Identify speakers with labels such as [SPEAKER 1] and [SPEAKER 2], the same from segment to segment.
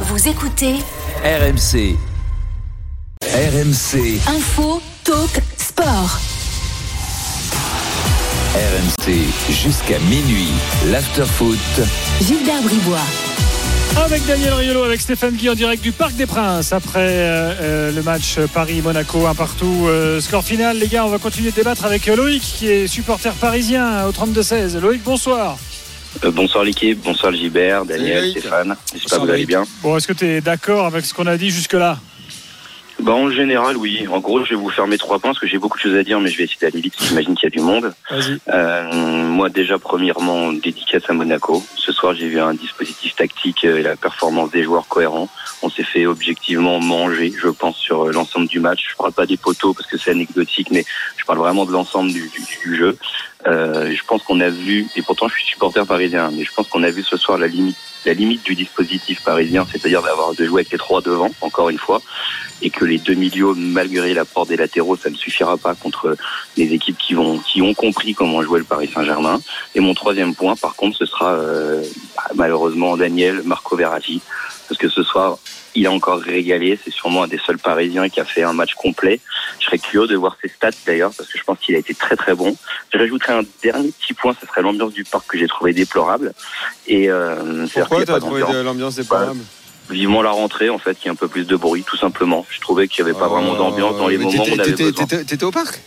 [SPEAKER 1] Vous écoutez
[SPEAKER 2] RMC. RMC.
[SPEAKER 1] Info Talk Sport.
[SPEAKER 2] RMC. Jusqu'à minuit. L'afterfoot.
[SPEAKER 1] Gilbert Bribois.
[SPEAKER 3] Avec Daniel Riolo, avec Stéphane Guy en direct du Parc des Princes après euh, euh, le match Paris-Monaco, un partout, euh, score final. Les gars, on va continuer de débattre avec euh, Loïc qui est supporter parisien euh, au 32-16. Loïc, bonsoir.
[SPEAKER 4] Euh, bonsoir l'équipe, bonsoir le Gilbert, Daniel,
[SPEAKER 5] Salut, Loïc.
[SPEAKER 4] Stéphane. J'espère
[SPEAKER 5] Bonsoir,
[SPEAKER 4] que vous allez
[SPEAKER 5] Loïc.
[SPEAKER 4] bien.
[SPEAKER 3] Bon, est-ce que tu es d'accord avec ce qu'on a dit jusque-là
[SPEAKER 4] Bah, en général, oui. En gros, je vais vous faire mes trois points parce que j'ai beaucoup de choses à dire, mais je vais essayer d'aller vite. J'imagine qu'il y a du monde.
[SPEAKER 3] Vas-y.
[SPEAKER 4] Euh, moi, déjà, premièrement, dédicace à Monaco. Ce soir, j'ai vu un dispositif tactique euh, et la performance des joueurs cohérent. On s'est fait objectivement manger, je pense, sur euh, l'ensemble du match. Je parle pas des poteaux parce que c'est anecdotique, mais je parle vraiment de l'ensemble du, du- du jeu. Euh, je pense qu'on a vu, et pourtant, je suis supporter parisien, mais je pense qu'on a vu ce soir la limite la limite du dispositif parisien, c'est-à-dire d'avoir de jouer avec les trois devant, encore une fois, et que les deux milieux, malgré l'apport des latéraux, ça ne suffira pas contre les équipes qui vont qui ont compris comment jouer le Paris Saint-Germain. Et mon troisième point, par contre, ce sera euh, bah, malheureusement Daniel Marco Verratti, parce que ce soir, il a encore régalé. C'est sûrement un des seuls Parisiens qui a fait un match complet. Je serais curieux de voir ses stats d'ailleurs, parce que je pense qu'il a été très très bon. Je rajouterai un dernier petit point, ce serait l'ambiance du parc que j'ai trouvé déplorable. Et euh, c'est-à-dire qu'il y
[SPEAKER 5] Pourquoi
[SPEAKER 4] a
[SPEAKER 5] tu as
[SPEAKER 4] pas
[SPEAKER 5] trouvé
[SPEAKER 4] d'ambiance
[SPEAKER 5] de l'ambiance déplorable
[SPEAKER 4] vivement la rentrée en fait, qu'il y ait un peu plus de bruit tout simplement. Je trouvais qu'il n'y avait pas vraiment d'ambiance dans les
[SPEAKER 5] Ah, Mais
[SPEAKER 4] moments où
[SPEAKER 5] t'étais-
[SPEAKER 4] on avait
[SPEAKER 5] t'étais-
[SPEAKER 4] besoin.
[SPEAKER 5] t'étais- T'étais au parc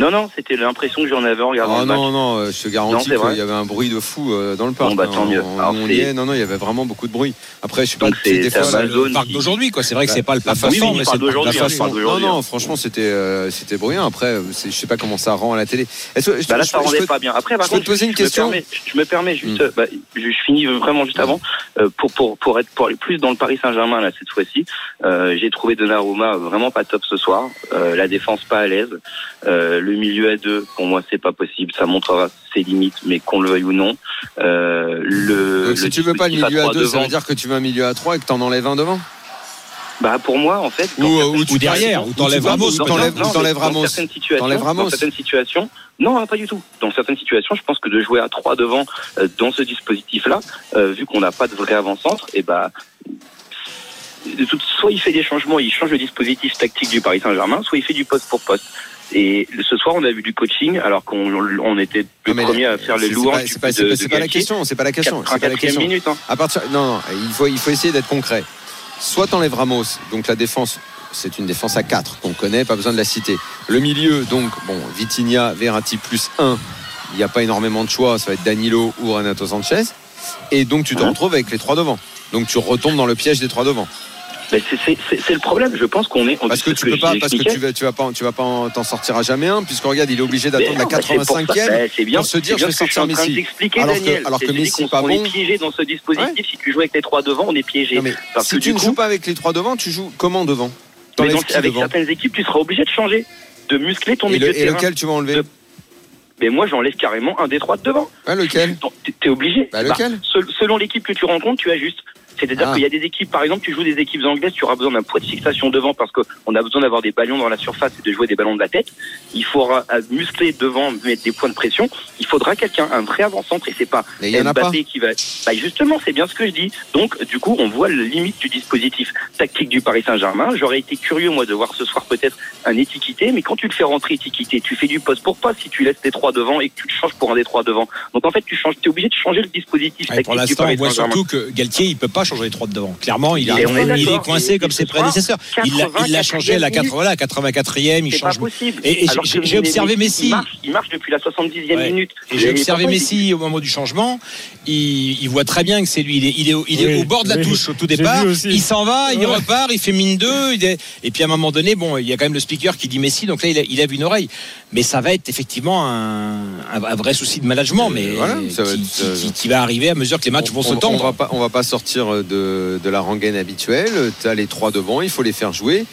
[SPEAKER 4] Non non, c'était l'impression que j'en avais en regardant
[SPEAKER 5] Oh
[SPEAKER 4] le match.
[SPEAKER 5] non, non, euh, je te
[SPEAKER 4] Non,
[SPEAKER 5] garantis
[SPEAKER 4] c'est
[SPEAKER 5] qu'il
[SPEAKER 4] vrai.
[SPEAKER 5] y avait un bruit de fou euh, dans le parc.
[SPEAKER 4] Bon, bah,
[SPEAKER 5] hein.
[SPEAKER 4] tant mieux.
[SPEAKER 5] On,
[SPEAKER 4] Alors,
[SPEAKER 5] on
[SPEAKER 4] c'est-
[SPEAKER 5] y est, non, non, il y avait vraiment beaucoup de bruit. Après, je sais pas,
[SPEAKER 4] Donc, c'est-
[SPEAKER 5] des
[SPEAKER 4] c'est
[SPEAKER 5] fois,
[SPEAKER 4] un
[SPEAKER 5] le-
[SPEAKER 4] zone
[SPEAKER 6] parc
[SPEAKER 4] qui-
[SPEAKER 6] d'aujourd'hui, quoi. C'est vrai que c'est pas le
[SPEAKER 5] la
[SPEAKER 6] parc
[SPEAKER 4] façon,
[SPEAKER 6] d'avant,
[SPEAKER 4] oui,
[SPEAKER 6] mais
[SPEAKER 4] on parle
[SPEAKER 6] c'est
[SPEAKER 4] d'aujourd'hui,
[SPEAKER 6] la
[SPEAKER 4] hein,
[SPEAKER 6] façon.
[SPEAKER 4] on parle
[SPEAKER 5] Non,
[SPEAKER 4] d'aujourd'hui,
[SPEAKER 5] non,
[SPEAKER 4] hein.
[SPEAKER 5] franchement, c'était euh, c'était bruyant. Après, euh, c'est- je sais pas comment ça rend à la télé. Est-ce que- je-
[SPEAKER 4] Bah là,
[SPEAKER 5] je-
[SPEAKER 4] ça
[SPEAKER 5] je
[SPEAKER 4] rendait
[SPEAKER 5] peux-
[SPEAKER 4] pas bien. Après, par
[SPEAKER 5] je peux
[SPEAKER 4] contre,
[SPEAKER 5] te poser
[SPEAKER 4] je
[SPEAKER 5] une
[SPEAKER 4] me
[SPEAKER 5] question Hmm.
[SPEAKER 4] permets- je me permets juste, euh, bah, je, je finis vraiment juste avant euh, pour pour pour être pour aller plus dans le Paris Saint-Germain là cette fois-ci. euh, J'ai trouvé Donnarumma vraiment pas top ce soir. Euh, la défense pas à l'aise. Euh, le milieu à deux, pour moi, c'est pas possible. Ça montrera ses limites, mais qu'on le veuille ou non. Euh, le,
[SPEAKER 5] Donc, si tu veux pas le
[SPEAKER 4] dispositif
[SPEAKER 5] milieu à
[SPEAKER 4] trois
[SPEAKER 5] deux, ça
[SPEAKER 4] devant,
[SPEAKER 5] veut dire que tu veux un milieu à trois et que t'en enlèves un devant
[SPEAKER 4] bah pour moi en fait.
[SPEAKER 5] Ou-
[SPEAKER 4] dans
[SPEAKER 5] euh, ou
[SPEAKER 4] certaines
[SPEAKER 5] tu-
[SPEAKER 6] derrière,
[SPEAKER 4] situations-
[SPEAKER 6] ou t'enlèves
[SPEAKER 4] dans-
[SPEAKER 6] Ramos,
[SPEAKER 4] dans-
[SPEAKER 5] peut-être.
[SPEAKER 4] dans- dans-
[SPEAKER 5] Ou t'enlèves
[SPEAKER 4] dans
[SPEAKER 5] Ramos.
[SPEAKER 4] certaines situations-
[SPEAKER 5] T'enlèves Ramos.
[SPEAKER 4] Dans certaines situations, non, pas du tout. Dans certaines situations, je pense que de jouer à trois devant euh, dans ce dispositif-là, euh, vu qu'on n'a pas de vrai avant-centre, et bah de toute, soit il fait des changements, il change le dispositif tactique du Paris Saint-Germain, soit il fait du poste pour poste. Et ce soir, on a vu du coaching, alors qu'on on était le
[SPEAKER 5] Non, mais
[SPEAKER 4] premier à faire les
[SPEAKER 5] c'est- c'est
[SPEAKER 4] louanges.
[SPEAKER 5] pas-
[SPEAKER 4] du
[SPEAKER 5] C'est
[SPEAKER 4] coup
[SPEAKER 5] pas,
[SPEAKER 4] de-
[SPEAKER 5] c'est pas-
[SPEAKER 4] de
[SPEAKER 5] c'est pas la
[SPEAKER 4] Galtier.
[SPEAKER 5] question. C'est pas la question. C'est pas la
[SPEAKER 4] 84e
[SPEAKER 5] question.
[SPEAKER 4] minute, hein.
[SPEAKER 5] À partir, non, non, il faut, il faut essayer d'être concret. Soit t'enlèves Ramos, donc la défense, c'est une défense à 4 qu'on connaît, pas besoin de la citer. Le milieu, donc, bon, Vitinha, Verratti plus 1, il n'y a pas énormément de choix, ça va être Danilo ou Renato Sanchez. Et donc tu te
[SPEAKER 4] Ouais.
[SPEAKER 5] retrouves avec les trois devant. Donc tu retombes dans le piège des trois devant.
[SPEAKER 4] Mais c'est- c'est- c'est c'est le problème, je pense qu'on est.
[SPEAKER 5] Parce que
[SPEAKER 4] c'est ce
[SPEAKER 5] tu peux
[SPEAKER 4] je
[SPEAKER 5] pas,
[SPEAKER 4] vous
[SPEAKER 5] parce que
[SPEAKER 4] expliquais.
[SPEAKER 5] tu vas, tu vas pas, tu vas pas en- t'en sortir à jamais un, puisque regarde, il est obligé
[SPEAKER 4] Mais
[SPEAKER 5] d'attendre la
[SPEAKER 4] non, bah, c'est pour
[SPEAKER 5] 85e.
[SPEAKER 4] ça- bah, c'est bien,
[SPEAKER 5] pour se dire,
[SPEAKER 4] c'est bien
[SPEAKER 5] je vais
[SPEAKER 4] ce que
[SPEAKER 5] sortir
[SPEAKER 4] suis en train
[SPEAKER 5] Messi.
[SPEAKER 4] de t'expliquer,
[SPEAKER 5] Alors que-
[SPEAKER 4] Daniel.
[SPEAKER 5] alors que
[SPEAKER 4] C'est-à-dire
[SPEAKER 5] Messi,
[SPEAKER 4] qu'on-
[SPEAKER 5] pas
[SPEAKER 4] on est
[SPEAKER 5] bon.
[SPEAKER 4] piégé dans ce dispositif. Si tu joues avec les trois devant, on est piégé.
[SPEAKER 5] Non, mais
[SPEAKER 4] parce
[SPEAKER 5] si
[SPEAKER 4] que
[SPEAKER 5] tu
[SPEAKER 4] du
[SPEAKER 5] ne
[SPEAKER 4] coup-
[SPEAKER 5] joues pas avec les trois devant, tu joues comment devant
[SPEAKER 4] Mais
[SPEAKER 5] T'enlèves
[SPEAKER 4] donc,
[SPEAKER 5] qui
[SPEAKER 4] avec
[SPEAKER 5] devant
[SPEAKER 4] certaines équipes, tu seras obligé de changer, de muscler ton
[SPEAKER 5] et,
[SPEAKER 4] milieu
[SPEAKER 5] le-
[SPEAKER 4] de
[SPEAKER 5] et
[SPEAKER 4] terrain.
[SPEAKER 5] lequel tu vas enlever
[SPEAKER 4] De- Mais moi, j'enlève carrément un des trois de devant.
[SPEAKER 5] Ouais, Lequel
[SPEAKER 4] Donc, t'es- T'es obligé.
[SPEAKER 5] Bah, lequel
[SPEAKER 4] sel- Selon l'équipe que tu rencontres, tu ajustes. C'est-à-dire
[SPEAKER 5] Ah.
[SPEAKER 4] qu'il y a des équipes, par exemple, tu joues des équipes anglaises, tu auras besoin d'un poids de fixation devant parce qu'on a besoin d'avoir des ballons dans la surface et de jouer des ballons de la tête. Il faudra euh, muscler devant, mettre des points de pression. Il faudra quelqu'un, un vrai avant-centre, et c'est pas
[SPEAKER 5] Mais il y en a pas.
[SPEAKER 4] Mbappé qui va. Bah justement, c'est bien ce que je dis. Donc, du coup, on voit la limite du dispositif tactique du Paris Saint-Germain. J'aurais été curieux, moi, de voir ce soir peut-être un étiqueté, mais quand tu le fais rentrer étiqueté, tu fais du poste pour pas si tu laisses des trois devant et que tu le changes pour un des trois devant. Donc, en fait, tu changes, es obligé de changer le dispositif
[SPEAKER 6] Ouais,
[SPEAKER 4] tactique
[SPEAKER 6] pour
[SPEAKER 4] du
[SPEAKER 6] l'instant, on
[SPEAKER 4] Paris
[SPEAKER 6] voit
[SPEAKER 4] Saint-Germain.
[SPEAKER 6] surtout que Galtier, il peut pas changer les trois de devant. Clairement, il,
[SPEAKER 4] Et
[SPEAKER 6] a-
[SPEAKER 4] on est
[SPEAKER 6] il est
[SPEAKER 4] d'accord.
[SPEAKER 6] coincé
[SPEAKER 4] Et-
[SPEAKER 6] comme
[SPEAKER 4] et
[SPEAKER 6] ses
[SPEAKER 4] ce soir,
[SPEAKER 6] prédécesseurs. Il l'a- il l'a changé à la 80, à la 84e, il
[SPEAKER 4] C'est pas
[SPEAKER 6] change.
[SPEAKER 4] possible.
[SPEAKER 6] Et- et
[SPEAKER 4] Alors
[SPEAKER 6] j'ai-
[SPEAKER 4] que
[SPEAKER 6] j'ai observé Messi.
[SPEAKER 4] Il marche, il marche depuis la 70e
[SPEAKER 6] Ouais.
[SPEAKER 4] minute.
[SPEAKER 6] Et j'ai
[SPEAKER 4] Et
[SPEAKER 6] observé
[SPEAKER 4] pourtant, il-
[SPEAKER 6] Messi au moment du changement. Il, il voit très bien que c'est lui. Il est, il est au- il est
[SPEAKER 3] Oui,
[SPEAKER 6] au bord de la
[SPEAKER 3] oui,
[SPEAKER 6] touche au tout
[SPEAKER 3] j'ai
[SPEAKER 6] départ.
[SPEAKER 3] vu aussi.
[SPEAKER 6] Il s'en va, il
[SPEAKER 3] Ouais.
[SPEAKER 6] repart, il fait mine d'eux. il est- Et puis à un moment donné, bon, il y a quand même le speaker qui dit Messi. Donc là, il, a- il lève une oreille. Mais ça va être effectivement un, un- un vrai souci de management, mais
[SPEAKER 5] voilà, ça va
[SPEAKER 6] qui,
[SPEAKER 5] être, euh,
[SPEAKER 6] qui- qui- qui va arriver à mesure que les matchs vont
[SPEAKER 5] on,
[SPEAKER 6] se
[SPEAKER 5] on
[SPEAKER 6] tendre.
[SPEAKER 5] va pas, on va pas sortir euh, de, de la rengaine habituelle. Tu as les trois devant, il faut les faire jouer.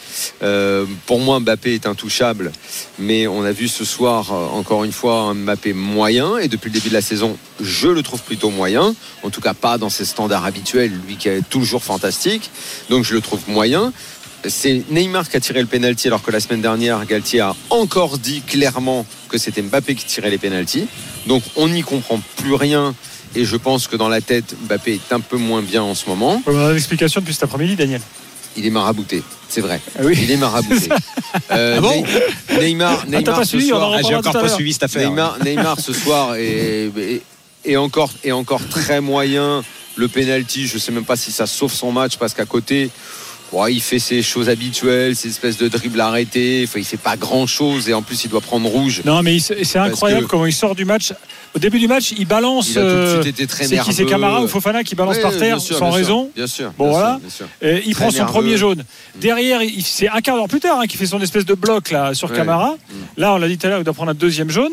[SPEAKER 5] Euh, pour moi, Mbappé est intouchable, mais on a vu ce soir, euh, encore une fois, un Mbappé moyen. Et depuis le début de la saison, je le trouve plutôt moyen. En tout cas, pas dans ses standards habituels, lui qui est toujours fantastique. Donc, je le trouve moyen. C'est Neymar qui a tiré le pénalty, alors que la semaine dernière, Galtier a encore dit clairement que c'était Mbappé qui tirait les pénalties. Donc, on n'y comprend plus rien. Et je pense que dans la tête, Mbappé est un peu moins bien en ce moment.
[SPEAKER 3] On a l'explication depuis cet après-midi, Daniel.
[SPEAKER 5] Il est marabouté, c'est vrai.
[SPEAKER 3] Ah oui.
[SPEAKER 5] Il est marabouté. Euh,
[SPEAKER 6] Ah bon
[SPEAKER 5] Ney- Neymar,
[SPEAKER 3] t'as
[SPEAKER 5] Neymar
[SPEAKER 3] pas
[SPEAKER 5] ce
[SPEAKER 3] suivi, on en hein.
[SPEAKER 5] soir,
[SPEAKER 3] reparlera
[SPEAKER 6] Ah, j'ai
[SPEAKER 3] tout
[SPEAKER 6] encore
[SPEAKER 3] à
[SPEAKER 6] pas
[SPEAKER 3] l'heure.
[SPEAKER 6] suivi cette affaire.
[SPEAKER 5] Neymar, Neymar ce soir est, est- est encore, est encore très moyen. Le penalty, je ne sais même pas si ça sauve son match parce qu'à côté, bon, il fait ses choses habituelles, ses espèces de dribbles arrêtés. Enfin, il fait pas grand chose et en plus, il doit prendre rouge.
[SPEAKER 3] Non, mais il se- c'est incroyable
[SPEAKER 5] que-
[SPEAKER 3] comment il sort du match. Au début du match, il balance.
[SPEAKER 5] Il a tout de
[SPEAKER 3] euh,
[SPEAKER 5] suite été très
[SPEAKER 3] c'est
[SPEAKER 5] nerveux.
[SPEAKER 3] qui c'est Camara ou Fofana qui balance
[SPEAKER 5] Ouais,
[SPEAKER 3] par terre
[SPEAKER 5] bien sûr,
[SPEAKER 3] sans
[SPEAKER 5] bien sûr,
[SPEAKER 3] raison.
[SPEAKER 5] Bien sûr.
[SPEAKER 3] Bon,
[SPEAKER 5] bien
[SPEAKER 3] voilà.
[SPEAKER 5] sûr, bien sûr.
[SPEAKER 3] Euh, il
[SPEAKER 5] Très
[SPEAKER 3] prend son
[SPEAKER 5] nerveux.
[SPEAKER 3] premier jaune. Derrière, il- c'est un quart d'heure plus tard hein, qu'il fait son espèce de bloc là sur
[SPEAKER 5] Ouais. Mm.
[SPEAKER 3] Camara. Là, on l'a dit tout à l'heure, il doit prendre un deuxième jaune.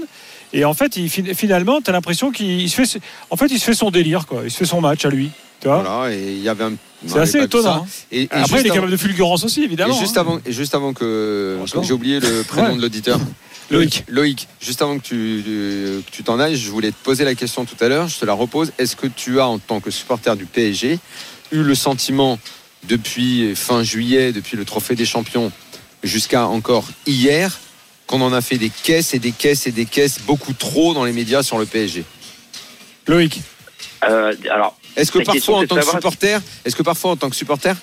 [SPEAKER 3] Et en fait, il, fin- finalement, t'as l'impression qu'il il se fait, en fait, il se fait son délire, quoi. Il se fait son match à lui, tu vois.
[SPEAKER 5] Voilà, et il y avait un- on
[SPEAKER 3] Hein C'est
[SPEAKER 5] avait
[SPEAKER 3] assez
[SPEAKER 5] pas vu ça.
[SPEAKER 3] étonnant. hein.
[SPEAKER 5] Et, et
[SPEAKER 3] Après,
[SPEAKER 5] juste
[SPEAKER 3] il est
[SPEAKER 5] avant-
[SPEAKER 3] capable de fulgurance aussi, évidemment.
[SPEAKER 5] et juste
[SPEAKER 3] hein.
[SPEAKER 5] avant, et juste avant que
[SPEAKER 3] Franchement.
[SPEAKER 5] j'ai oublié le prénom
[SPEAKER 3] Ouais.
[SPEAKER 5] de l'auditeur.
[SPEAKER 3] Loïc.
[SPEAKER 5] Loïc, juste avant que tu, tu- que tu t'en ailles, je voulais te poser la question tout à l'heure. Je te la repose. Est-ce que tu as, en tant que supporter du PSG, eu le sentiment depuis fin juillet, depuis le Trophée des Champions, jusqu'à encore hier, qu'on en a fait des caisses et des caisses et des caisses, beaucoup trop dans les médias sur le PSG
[SPEAKER 3] Loïc.
[SPEAKER 4] Euh, alors,
[SPEAKER 5] Est-ce que
[SPEAKER 4] La question,
[SPEAKER 5] parfois en
[SPEAKER 4] c'est de
[SPEAKER 5] tant que
[SPEAKER 4] savoir-
[SPEAKER 5] supporter, est-ce que parfois en tant que supporter,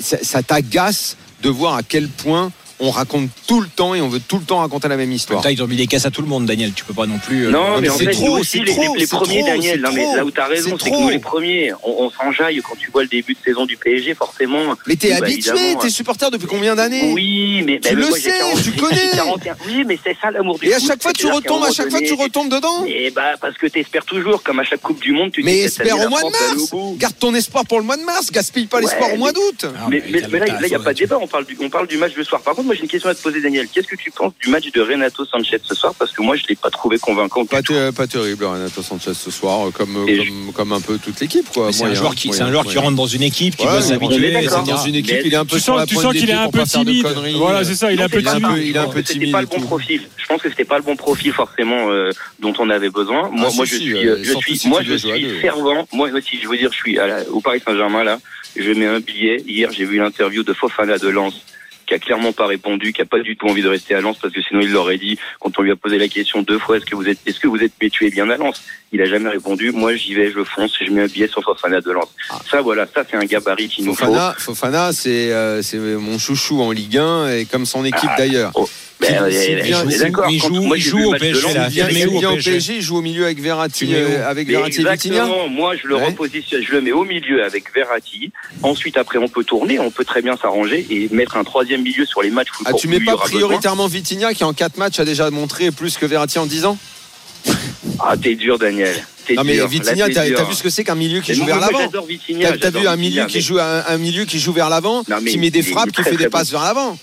[SPEAKER 5] ça, ça t'agace de voir à quel point on raconte tout le temps et on veut tout le temps raconter la même
[SPEAKER 6] Comme
[SPEAKER 5] histoire
[SPEAKER 6] ça, ils ont mis des caisses à tout le monde, Daniel. Tu peux pas non plus. euh,
[SPEAKER 4] Non,
[SPEAKER 5] Ah, mais
[SPEAKER 4] mais en
[SPEAKER 5] c'est
[SPEAKER 4] fait,
[SPEAKER 5] trop,
[SPEAKER 4] nous aussi,
[SPEAKER 5] c'est
[SPEAKER 4] les,
[SPEAKER 5] trop,
[SPEAKER 4] les
[SPEAKER 5] c'est
[SPEAKER 4] premiers,
[SPEAKER 5] trop,
[SPEAKER 4] Daniel,
[SPEAKER 5] c'est
[SPEAKER 4] non, mais
[SPEAKER 5] trop,
[SPEAKER 4] là où t'as raison,
[SPEAKER 5] c'est
[SPEAKER 4] c'est que nous,
[SPEAKER 5] trop.
[SPEAKER 4] les premiers, on, on s'enjaille quand tu vois le début de saison du PSG, forcément.
[SPEAKER 5] Mais t'es
[SPEAKER 4] Bah,
[SPEAKER 5] habitué,
[SPEAKER 4] évidemment,
[SPEAKER 5] t'es supporter depuis combien d'années
[SPEAKER 4] Oui, mais
[SPEAKER 5] Tu
[SPEAKER 4] mais
[SPEAKER 5] le
[SPEAKER 4] moi, j'ai
[SPEAKER 5] sais,
[SPEAKER 4] 40
[SPEAKER 5] tu
[SPEAKER 4] j'ai
[SPEAKER 5] connais.
[SPEAKER 4] 41. Oui, mais c'est ça l'amour du
[SPEAKER 5] Et à
[SPEAKER 4] foot,
[SPEAKER 5] chaque fois tu
[SPEAKER 4] c'est-à-dire qu'à un
[SPEAKER 5] retombes, à
[SPEAKER 4] moment
[SPEAKER 5] chaque fois tu
[SPEAKER 4] donné,
[SPEAKER 5] retombes dedans.
[SPEAKER 4] Eh bah, parce que t'espères toujours, comme à chaque Coupe du Monde, tu dis,
[SPEAKER 5] Mais
[SPEAKER 4] cette
[SPEAKER 5] espère
[SPEAKER 4] année,
[SPEAKER 5] au mois de
[SPEAKER 4] la France, elle est
[SPEAKER 5] mars.
[SPEAKER 4] au bout.
[SPEAKER 5] Garde ton espoir pour le mois de mars, gaspille pas
[SPEAKER 4] Ouais,
[SPEAKER 5] l'espoir au
[SPEAKER 4] mais-
[SPEAKER 5] mois d'août.
[SPEAKER 6] Ah,
[SPEAKER 4] Mais, mais-
[SPEAKER 6] t'as-
[SPEAKER 4] mais là,
[SPEAKER 6] t'as-
[SPEAKER 4] il n'y a
[SPEAKER 6] t'as-
[SPEAKER 4] pas de débat, on parle, du, on parle du match de ce soir. Par contre, moi j'ai une question à te poser, Daniel. Qu'est-ce que tu penses du match de Renato Sanchez ce soir Parce que moi je ne l'ai pas trouvé convaincant. du
[SPEAKER 5] Pas,
[SPEAKER 4] tout.
[SPEAKER 5] ter- pas terrible Renato Sanchez ce soir, euh, comme,
[SPEAKER 4] Et
[SPEAKER 5] comme, comme un peu toute l'équipe quoi.
[SPEAKER 6] Mais C'est un
[SPEAKER 5] Moyen,
[SPEAKER 6] joueur qui, c'est un
[SPEAKER 5] moyen,
[SPEAKER 6] joueur qui
[SPEAKER 5] moyen.
[SPEAKER 6] rentre dans une équipe, qui
[SPEAKER 5] Ouais,
[SPEAKER 6] doit
[SPEAKER 5] on est
[SPEAKER 6] s'habituer,
[SPEAKER 4] d'accord.
[SPEAKER 6] etc.
[SPEAKER 5] Dans une équipe,
[SPEAKER 4] Mais
[SPEAKER 5] il est un peu
[SPEAKER 3] Tu
[SPEAKER 5] sur
[SPEAKER 3] sens,
[SPEAKER 5] la
[SPEAKER 3] tu
[SPEAKER 5] pointe
[SPEAKER 3] sens
[SPEAKER 5] des
[SPEAKER 3] qu'il est
[SPEAKER 5] pieds
[SPEAKER 3] un
[SPEAKER 5] pour
[SPEAKER 3] peu
[SPEAKER 5] pas faire de
[SPEAKER 3] timide.
[SPEAKER 5] conneries. euh.
[SPEAKER 3] Voilà, c'est ça, il est un
[SPEAKER 4] Non,
[SPEAKER 3] peu
[SPEAKER 4] c'est
[SPEAKER 5] Ah, il a un
[SPEAKER 3] timide.
[SPEAKER 5] peu- il a un peu
[SPEAKER 4] C'était
[SPEAKER 5] timide
[SPEAKER 4] pas
[SPEAKER 5] et
[SPEAKER 4] le bon
[SPEAKER 5] tout.
[SPEAKER 4] profil. Je pense que c'était pas le bon profil forcément euh, dont on avait besoin. Moi,
[SPEAKER 5] Ah,
[SPEAKER 4] moi
[SPEAKER 5] si,
[SPEAKER 4] je
[SPEAKER 5] si,
[SPEAKER 4] suis,
[SPEAKER 5] euh,
[SPEAKER 4] euh, je
[SPEAKER 5] surtout
[SPEAKER 4] suis,
[SPEAKER 5] si
[SPEAKER 4] moi
[SPEAKER 5] tu
[SPEAKER 4] je
[SPEAKER 5] veux jouer à
[SPEAKER 4] suis
[SPEAKER 5] deux.
[SPEAKER 4] fervent. Moi aussi, je veux dire, je suis à la- au Paris Saint-Germain là. Je mets un billet. Hier, j'ai vu l'interview de Fofana de Lens qui a clairement pas répondu, qui a pas du tout envie de rester à Lens parce que sinon il l'aurait dit quand on lui a posé la question deux fois est-ce que vous êtes est-ce que vous êtes métué bien à Lens Il a jamais répondu. Moi j'y vais, je fonce, je mets un billet sur Fofana de Lens. Ça voilà, ça c'est un gabarit qu'il nous faut.
[SPEAKER 5] Ah. Fofana, Fofana c'est euh, c'est mon chouchou en Ligue 1 et comme son équipe d'ailleurs.
[SPEAKER 4] Ben,
[SPEAKER 5] S'il- s'il
[SPEAKER 4] euh,
[SPEAKER 5] vient-
[SPEAKER 4] on est
[SPEAKER 5] s'il
[SPEAKER 4] d'accord.
[SPEAKER 6] joue-
[SPEAKER 4] Quand- moi,
[SPEAKER 6] il
[SPEAKER 4] j'ai
[SPEAKER 6] joue
[SPEAKER 4] vu le
[SPEAKER 6] au
[SPEAKER 4] match de
[SPEAKER 6] PSG,
[SPEAKER 4] Lens,
[SPEAKER 6] là.
[SPEAKER 5] Il vient,
[SPEAKER 6] Firmino
[SPEAKER 5] il vient
[SPEAKER 6] au
[SPEAKER 5] au
[SPEAKER 6] PSG.
[SPEAKER 5] PSG, il joue au milieu avec Verratti,
[SPEAKER 6] Firmino.
[SPEAKER 5] euh, avec
[SPEAKER 4] Mais
[SPEAKER 5] Verratti et Vitinha.
[SPEAKER 4] exactement, moi je le
[SPEAKER 5] Ouais.
[SPEAKER 4] repositionne, je le mets au milieu avec Verratti. Ensuite, après, on peut tourner, on peut très bien s'arranger et mettre un troisième milieu sur les matchs. où-
[SPEAKER 5] Ah, tu
[SPEAKER 4] où
[SPEAKER 5] mets
[SPEAKER 4] il y
[SPEAKER 5] pas
[SPEAKER 4] aura
[SPEAKER 5] prioritairement Vitinha qui en 4 matchs a déjà montré plus que Verratti en 10 ans
[SPEAKER 4] besoin. Ah, t'es dur, Daniel. T'es
[SPEAKER 5] Non mais
[SPEAKER 4] dur.
[SPEAKER 5] Vitinha,
[SPEAKER 4] Là, t'es
[SPEAKER 5] t'as
[SPEAKER 4] dur.
[SPEAKER 5] t'as vu ce que c'est qu'un milieu qui
[SPEAKER 4] Mais
[SPEAKER 5] joue
[SPEAKER 4] non,
[SPEAKER 5] vers
[SPEAKER 4] moi,
[SPEAKER 5] l'avant
[SPEAKER 4] J'adore Vitinha.
[SPEAKER 5] T'as t'as vu
[SPEAKER 4] j'adore
[SPEAKER 5] un milieu
[SPEAKER 4] Vitinha, mais
[SPEAKER 5] qui joue un, un milieu qui joue vers l'avant,
[SPEAKER 4] Non, mais
[SPEAKER 5] qui met des
[SPEAKER 4] il est
[SPEAKER 5] frappes, qui
[SPEAKER 4] très,
[SPEAKER 5] fait des
[SPEAKER 4] très bon.
[SPEAKER 5] passes vers l'avant.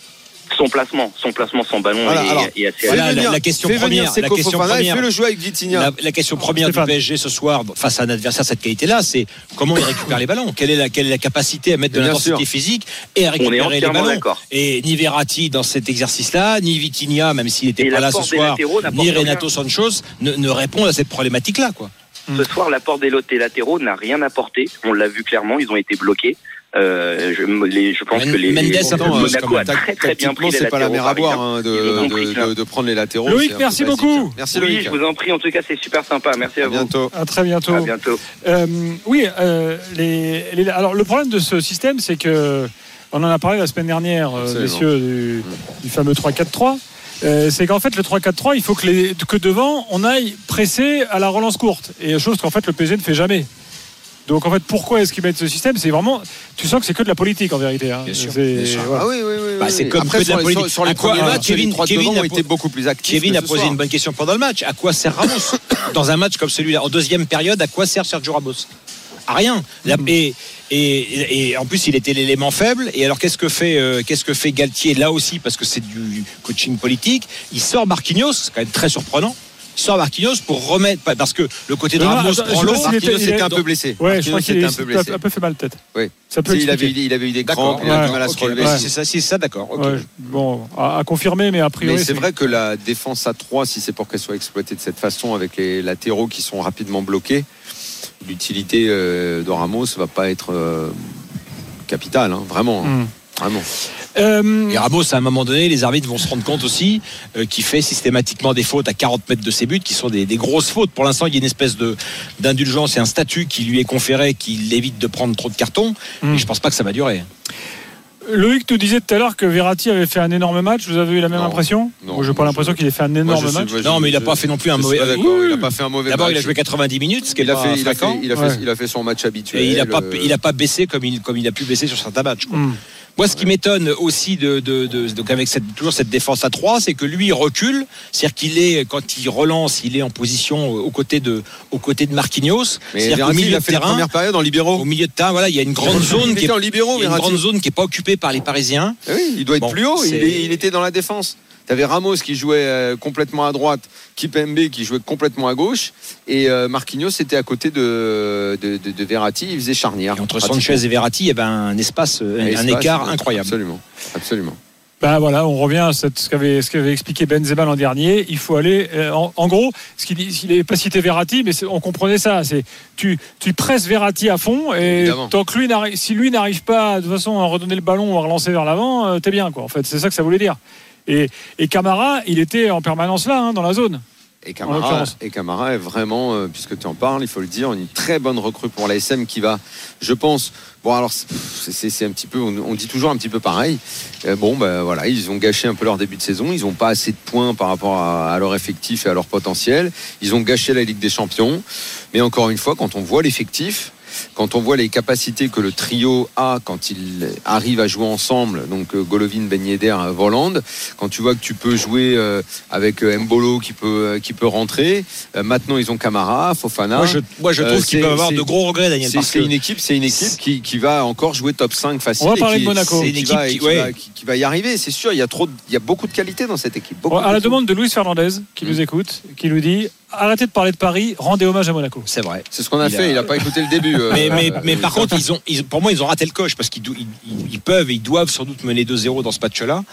[SPEAKER 4] Son placement, son placement sans ballon
[SPEAKER 5] Voilà,
[SPEAKER 4] est,
[SPEAKER 5] alors,
[SPEAKER 4] est assez.
[SPEAKER 6] Voilà,
[SPEAKER 5] Fais
[SPEAKER 6] la-
[SPEAKER 5] venir-
[SPEAKER 6] la question
[SPEAKER 5] fais venir
[SPEAKER 6] première, la
[SPEAKER 5] Seko
[SPEAKER 6] question
[SPEAKER 5] Fofana et
[SPEAKER 6] première.
[SPEAKER 5] Fais le jouer avec Vitinha.
[SPEAKER 6] La, la question première
[SPEAKER 3] Stéphane.
[SPEAKER 6] du PSG ce soir, face à un adversaire de cette qualité-là, c'est comment il récupère les ballons quelle est, la, quelle est la capacité à mettre de
[SPEAKER 5] Bien
[SPEAKER 6] l'intensité
[SPEAKER 5] sûr.
[SPEAKER 6] physique et à
[SPEAKER 4] On est
[SPEAKER 6] récupérer les
[SPEAKER 4] entièrement
[SPEAKER 6] ballons
[SPEAKER 4] d'accord.
[SPEAKER 6] Et ni Verratti dans cet exercice-là, ni Vitinha, même s'il n'était
[SPEAKER 4] Et
[SPEAKER 6] pas là ce
[SPEAKER 4] l'apport des
[SPEAKER 6] soir,
[SPEAKER 4] latéraux n'apporte
[SPEAKER 6] ni
[SPEAKER 4] rien.
[SPEAKER 6] Renato Sanchos ne, ne répondent à cette problématique-là. Quoi.
[SPEAKER 4] Ce soir, l'apport des lotés latéraux n'a rien apporté. On l'a vu clairement, ils ont été bloqués. Euh, je, les- je pense
[SPEAKER 6] Men-
[SPEAKER 4] que les,
[SPEAKER 6] Mendes, un peu
[SPEAKER 5] Pourtant, euh,
[SPEAKER 6] plus,
[SPEAKER 4] Monaco a
[SPEAKER 5] tac-
[SPEAKER 4] très très bien
[SPEAKER 5] tactiquement,
[SPEAKER 4] pris les
[SPEAKER 5] c'est pas la
[SPEAKER 4] latéraux
[SPEAKER 5] mer à boire hein, de,
[SPEAKER 4] Ils ont pris
[SPEAKER 5] de-
[SPEAKER 4] ça.
[SPEAKER 5] de- de prendre les latéraux.
[SPEAKER 3] Loïc,
[SPEAKER 5] c'est un peu
[SPEAKER 3] merci
[SPEAKER 5] basique.
[SPEAKER 3] beaucoup.
[SPEAKER 5] Merci
[SPEAKER 4] Oui,
[SPEAKER 5] Loïc.
[SPEAKER 4] je vous en prie. En tout cas, c'est super sympa. Merci à,
[SPEAKER 5] À
[SPEAKER 4] vous.
[SPEAKER 5] bientôt.
[SPEAKER 3] À très bientôt.
[SPEAKER 4] À bientôt.
[SPEAKER 3] Euh, oui, euh, les, les- alors le problème de ce système, c'est que on en a parlé la semaine dernière, euh,
[SPEAKER 5] Absolument.
[SPEAKER 3] messieurs, du, du fameux 3-4-3. Euh, c'est qu'en fait le 3-4-3, il faut que, les, que devant on aille presser à la relance courte, et chose qu'en fait le PSG ne fait jamais. Donc en fait, pourquoi est-ce qu'ils mettent ce système C'est vraiment, tu sens que c'est que de la politique en vérité. hein.
[SPEAKER 6] Bien sûr,
[SPEAKER 3] C'est-
[SPEAKER 6] bien sûr.
[SPEAKER 3] voilà.
[SPEAKER 5] Ah oui, oui, oui, oui.
[SPEAKER 6] Bah, c'est
[SPEAKER 5] oui.
[SPEAKER 6] comme
[SPEAKER 5] Après,
[SPEAKER 6] que de
[SPEAKER 5] sur
[SPEAKER 6] la
[SPEAKER 5] les,
[SPEAKER 6] politique.
[SPEAKER 5] sur- sur les
[SPEAKER 6] À quoi-
[SPEAKER 5] premiers
[SPEAKER 6] alors,
[SPEAKER 5] matchs,
[SPEAKER 6] Kevin-
[SPEAKER 5] les trois
[SPEAKER 6] Kevin
[SPEAKER 5] devant
[SPEAKER 6] a
[SPEAKER 5] ont
[SPEAKER 6] po-
[SPEAKER 5] été beaucoup plus actifs.
[SPEAKER 6] Kevin
[SPEAKER 5] que
[SPEAKER 6] a
[SPEAKER 5] ce
[SPEAKER 6] posé
[SPEAKER 5] soir.
[SPEAKER 6] une bonne question pendant le match. À quoi sert Ramos dans un match comme celui-là En deuxième période, à quoi sert Sergio Ramos À rien. La- et, et- et en plus, il était l'élément faible. Et alors, qu'est-ce que fait, euh, qu'est-ce que fait Galtier là aussi Parce que c'est du coaching politique. Il sort Marquinhos, c'est quand même très surprenant. Il sort Marquinhos pour remettre. Parce que le côté de
[SPEAKER 3] Non, non,
[SPEAKER 6] Ramos
[SPEAKER 3] attends,
[SPEAKER 6] prend
[SPEAKER 3] je
[SPEAKER 6] l'eau.
[SPEAKER 3] sais pas s'il
[SPEAKER 5] Marquinhos
[SPEAKER 3] était- il
[SPEAKER 5] était un
[SPEAKER 3] est-
[SPEAKER 5] peu blessé.
[SPEAKER 3] Ouais, je
[SPEAKER 5] Marquinhos
[SPEAKER 3] crois qu'il
[SPEAKER 5] était
[SPEAKER 3] est
[SPEAKER 5] un peu blessé.
[SPEAKER 3] un peu fait mal peut-être.
[SPEAKER 5] Oui.
[SPEAKER 3] Ça peut
[SPEAKER 5] Tu sais, Il avait,
[SPEAKER 3] expliquer.
[SPEAKER 5] eu- il avait eu des
[SPEAKER 6] D'accord.
[SPEAKER 5] crampes, il avait
[SPEAKER 3] Ouais.
[SPEAKER 5] du mal à se
[SPEAKER 6] Ok,
[SPEAKER 5] relever.
[SPEAKER 6] bah, c'est ça, c'est ça, d'accord. ok.
[SPEAKER 3] Ouais, bon, à, à confirmer, mais a priori.
[SPEAKER 5] Mais c'est vrai que la défense à 3, si c'est pour qu'elle soit exploitée de cette façon, avec les latéraux qui sont rapidement bloqués, l'utilité
[SPEAKER 6] Hmm.
[SPEAKER 5] euh, de Ramos va pas être euh, capitale, hein, vraiment. hein,
[SPEAKER 3] Hum.
[SPEAKER 5] Vraiment.
[SPEAKER 3] Euh,
[SPEAKER 6] Et Ramos, à un moment donné, les arbitres vont se rendre compte aussi euh, qu'il fait systématiquement des fautes à 40 mètres de ses buts, qui sont des, des grosses fautes. Pour l'instant, il y a une espèce de d'indulgence et un statut qui lui est conféré, qui l'évite de prendre trop de cartons.
[SPEAKER 3] Mm.
[SPEAKER 6] Mais je pense pas que ça va durer.
[SPEAKER 3] Loïc nous disait tout à l'heure que Verratti avait fait un énorme match. Vous avez eu la même
[SPEAKER 5] Non.
[SPEAKER 3] impression
[SPEAKER 5] Non,
[SPEAKER 3] Moi, j'ai pas
[SPEAKER 5] moi,
[SPEAKER 3] l'impression
[SPEAKER 5] je-
[SPEAKER 3] qu'il ait fait un
[SPEAKER 5] Moi,
[SPEAKER 3] énorme
[SPEAKER 5] je sais-
[SPEAKER 3] match.
[SPEAKER 5] moi, je-
[SPEAKER 6] non, mais il n'a
[SPEAKER 5] je-
[SPEAKER 6] pas fait non plus un
[SPEAKER 5] je suis
[SPEAKER 6] mauvais.
[SPEAKER 5] pas d'accord, Il n'a pas fait un mauvais match.
[SPEAKER 6] D'abord, il a joué 90 minutes, ce qui est
[SPEAKER 5] Il a,
[SPEAKER 6] pas
[SPEAKER 5] fait, il, a fait,
[SPEAKER 6] fréquent.
[SPEAKER 5] il, a fait,
[SPEAKER 3] Ouais.
[SPEAKER 5] il a fait son match habituel.
[SPEAKER 6] Et il n'a pas,
[SPEAKER 5] euh,
[SPEAKER 6] il a pas baissé comme il, comme il a pu baisser sur certains matchs. quoi.
[SPEAKER 3] Mm.
[SPEAKER 6] Moi, ce qui m'étonne aussi de, de- de- donc avec cette, toujours cette défense à 3, c'est que lui, il recule. C'est-à-dire qu'il est, quand il relance, il est en position euh, aux côtés de, aux côtés de Marquinhos.
[SPEAKER 5] Mais
[SPEAKER 6] C'est-à-dire qu'au
[SPEAKER 5] Verratti, il
[SPEAKER 6] milieu
[SPEAKER 5] a
[SPEAKER 6] de
[SPEAKER 5] fait la
[SPEAKER 6] terrain,
[SPEAKER 5] première période en libéraux.
[SPEAKER 6] au milieu de terrain, voilà, il y a une grande zone
[SPEAKER 5] Il
[SPEAKER 6] qui est,
[SPEAKER 5] était en libéraux,
[SPEAKER 6] il y a une
[SPEAKER 5] Verratti.
[SPEAKER 6] grande zone qui est pas occupée par les Parisiens.
[SPEAKER 5] Eh oui, il doit être
[SPEAKER 6] Bon,
[SPEAKER 5] plus haut. Il,
[SPEAKER 6] c'est-
[SPEAKER 5] est- il était dans la défense. Tu avais Ramos qui jouait euh, complètement à droite, Kipembe qui jouait complètement à gauche, et euh, Marquinhos était à côté de, de, de- de Verratti. Il faisait charnière.
[SPEAKER 6] Et entre
[SPEAKER 5] pratiquement.
[SPEAKER 6] Sanchez et Verratti, il y avait un espace, euh, un,
[SPEAKER 5] espace,
[SPEAKER 6] écart
[SPEAKER 5] euh,
[SPEAKER 6] incroyable.
[SPEAKER 5] Absolument, absolument.
[SPEAKER 3] Bah voilà, on revient à cette- ce qu'avait ce qu'avait expliqué Benzema l'an dernier. Il faut aller, euh, en, en gros, ce qu'il dit- il n'est pas cité Verratti, mais c'est- on comprenait ça. C'est tu, tu presses Verratti à fond et
[SPEAKER 5] Évidemment.
[SPEAKER 3] tant que lui n'arrive- si lui n'arrive pas de toute façon à redonner le ballon ou à relancer vers l'avant, euh, t'es bien quoi. En fait, c'est ça que ça voulait dire. Et, et Camara, il était en permanence là, hein, dans la zone.
[SPEAKER 5] Et
[SPEAKER 3] En
[SPEAKER 5] Camara,
[SPEAKER 3] l'occurrence.
[SPEAKER 5] et Camara est vraiment, euh, puisque tu en parles, il faut le dire, une très bonne recrue pour la SM qui va, je pense. Bon, alors c'est- pff, c'est c'est un petit peu, on, on dit toujours un petit peu pareil. Euh, bon, ben voilà, ils ont gâché un peu leur début de saison. Ils n'ont pas assez de points par rapport à, à leur effectif et à leur potentiel. Ils ont gâché la Ligue des Champions. Mais encore une fois, quand on voit l'effectif, quand on voit les capacités que le trio a quand ils arrivent à jouer ensemble, donc euh, Golovin, Ben Yedder, euh, Voland, quand tu vois que tu peux jouer euh, avec euh, Mbolo qui peut, euh, qui peut rentrer, euh, maintenant ils ont Camara, Fofana.
[SPEAKER 6] Moi, je, moi, je
[SPEAKER 5] Euh,
[SPEAKER 6] trouve qu'il
[SPEAKER 5] c'est-
[SPEAKER 6] peut avoir
[SPEAKER 5] c'est-
[SPEAKER 6] de gros regrets, Daniel,
[SPEAKER 5] C'est
[SPEAKER 6] parce
[SPEAKER 5] c'est
[SPEAKER 6] que
[SPEAKER 5] une équipe, c'est une équipe qui, qui va encore jouer top 5 facile.
[SPEAKER 3] On va
[SPEAKER 5] et
[SPEAKER 3] parler
[SPEAKER 5] qui-
[SPEAKER 3] de Monaco.
[SPEAKER 5] C'est
[SPEAKER 6] C'est
[SPEAKER 5] une
[SPEAKER 6] une
[SPEAKER 5] équipe qui, va,
[SPEAKER 6] équipe
[SPEAKER 5] et
[SPEAKER 6] qui-
[SPEAKER 5] qui va-
[SPEAKER 6] ouais.
[SPEAKER 5] qui- qui va y arriver. C'est sûr, il y a trop, de- il y a beaucoup de qualité dans cette équipe. beaucoup,
[SPEAKER 3] Ah,
[SPEAKER 5] Mm.
[SPEAKER 3] À la
[SPEAKER 5] beaucoup.
[SPEAKER 3] demande de Luis Fernandez, qui nous écoute, qui nous dit arrêtez de parler de Paris, rendez hommage à Monaco.
[SPEAKER 6] c'est vrai.
[SPEAKER 5] C'est ce qu'on a
[SPEAKER 6] Il
[SPEAKER 5] fait.
[SPEAKER 6] a-
[SPEAKER 5] Il n'a pas écouté le début. euh,
[SPEAKER 6] Mais, mais,
[SPEAKER 5] euh,
[SPEAKER 6] mais par
[SPEAKER 5] euh,
[SPEAKER 6] contre, ils ont, ils- pour moi, ils ont raté le coche parce qu'ils dou- ils, ils- ils peuvent et ils doivent sans doute mener 2-0 dans ce match-là.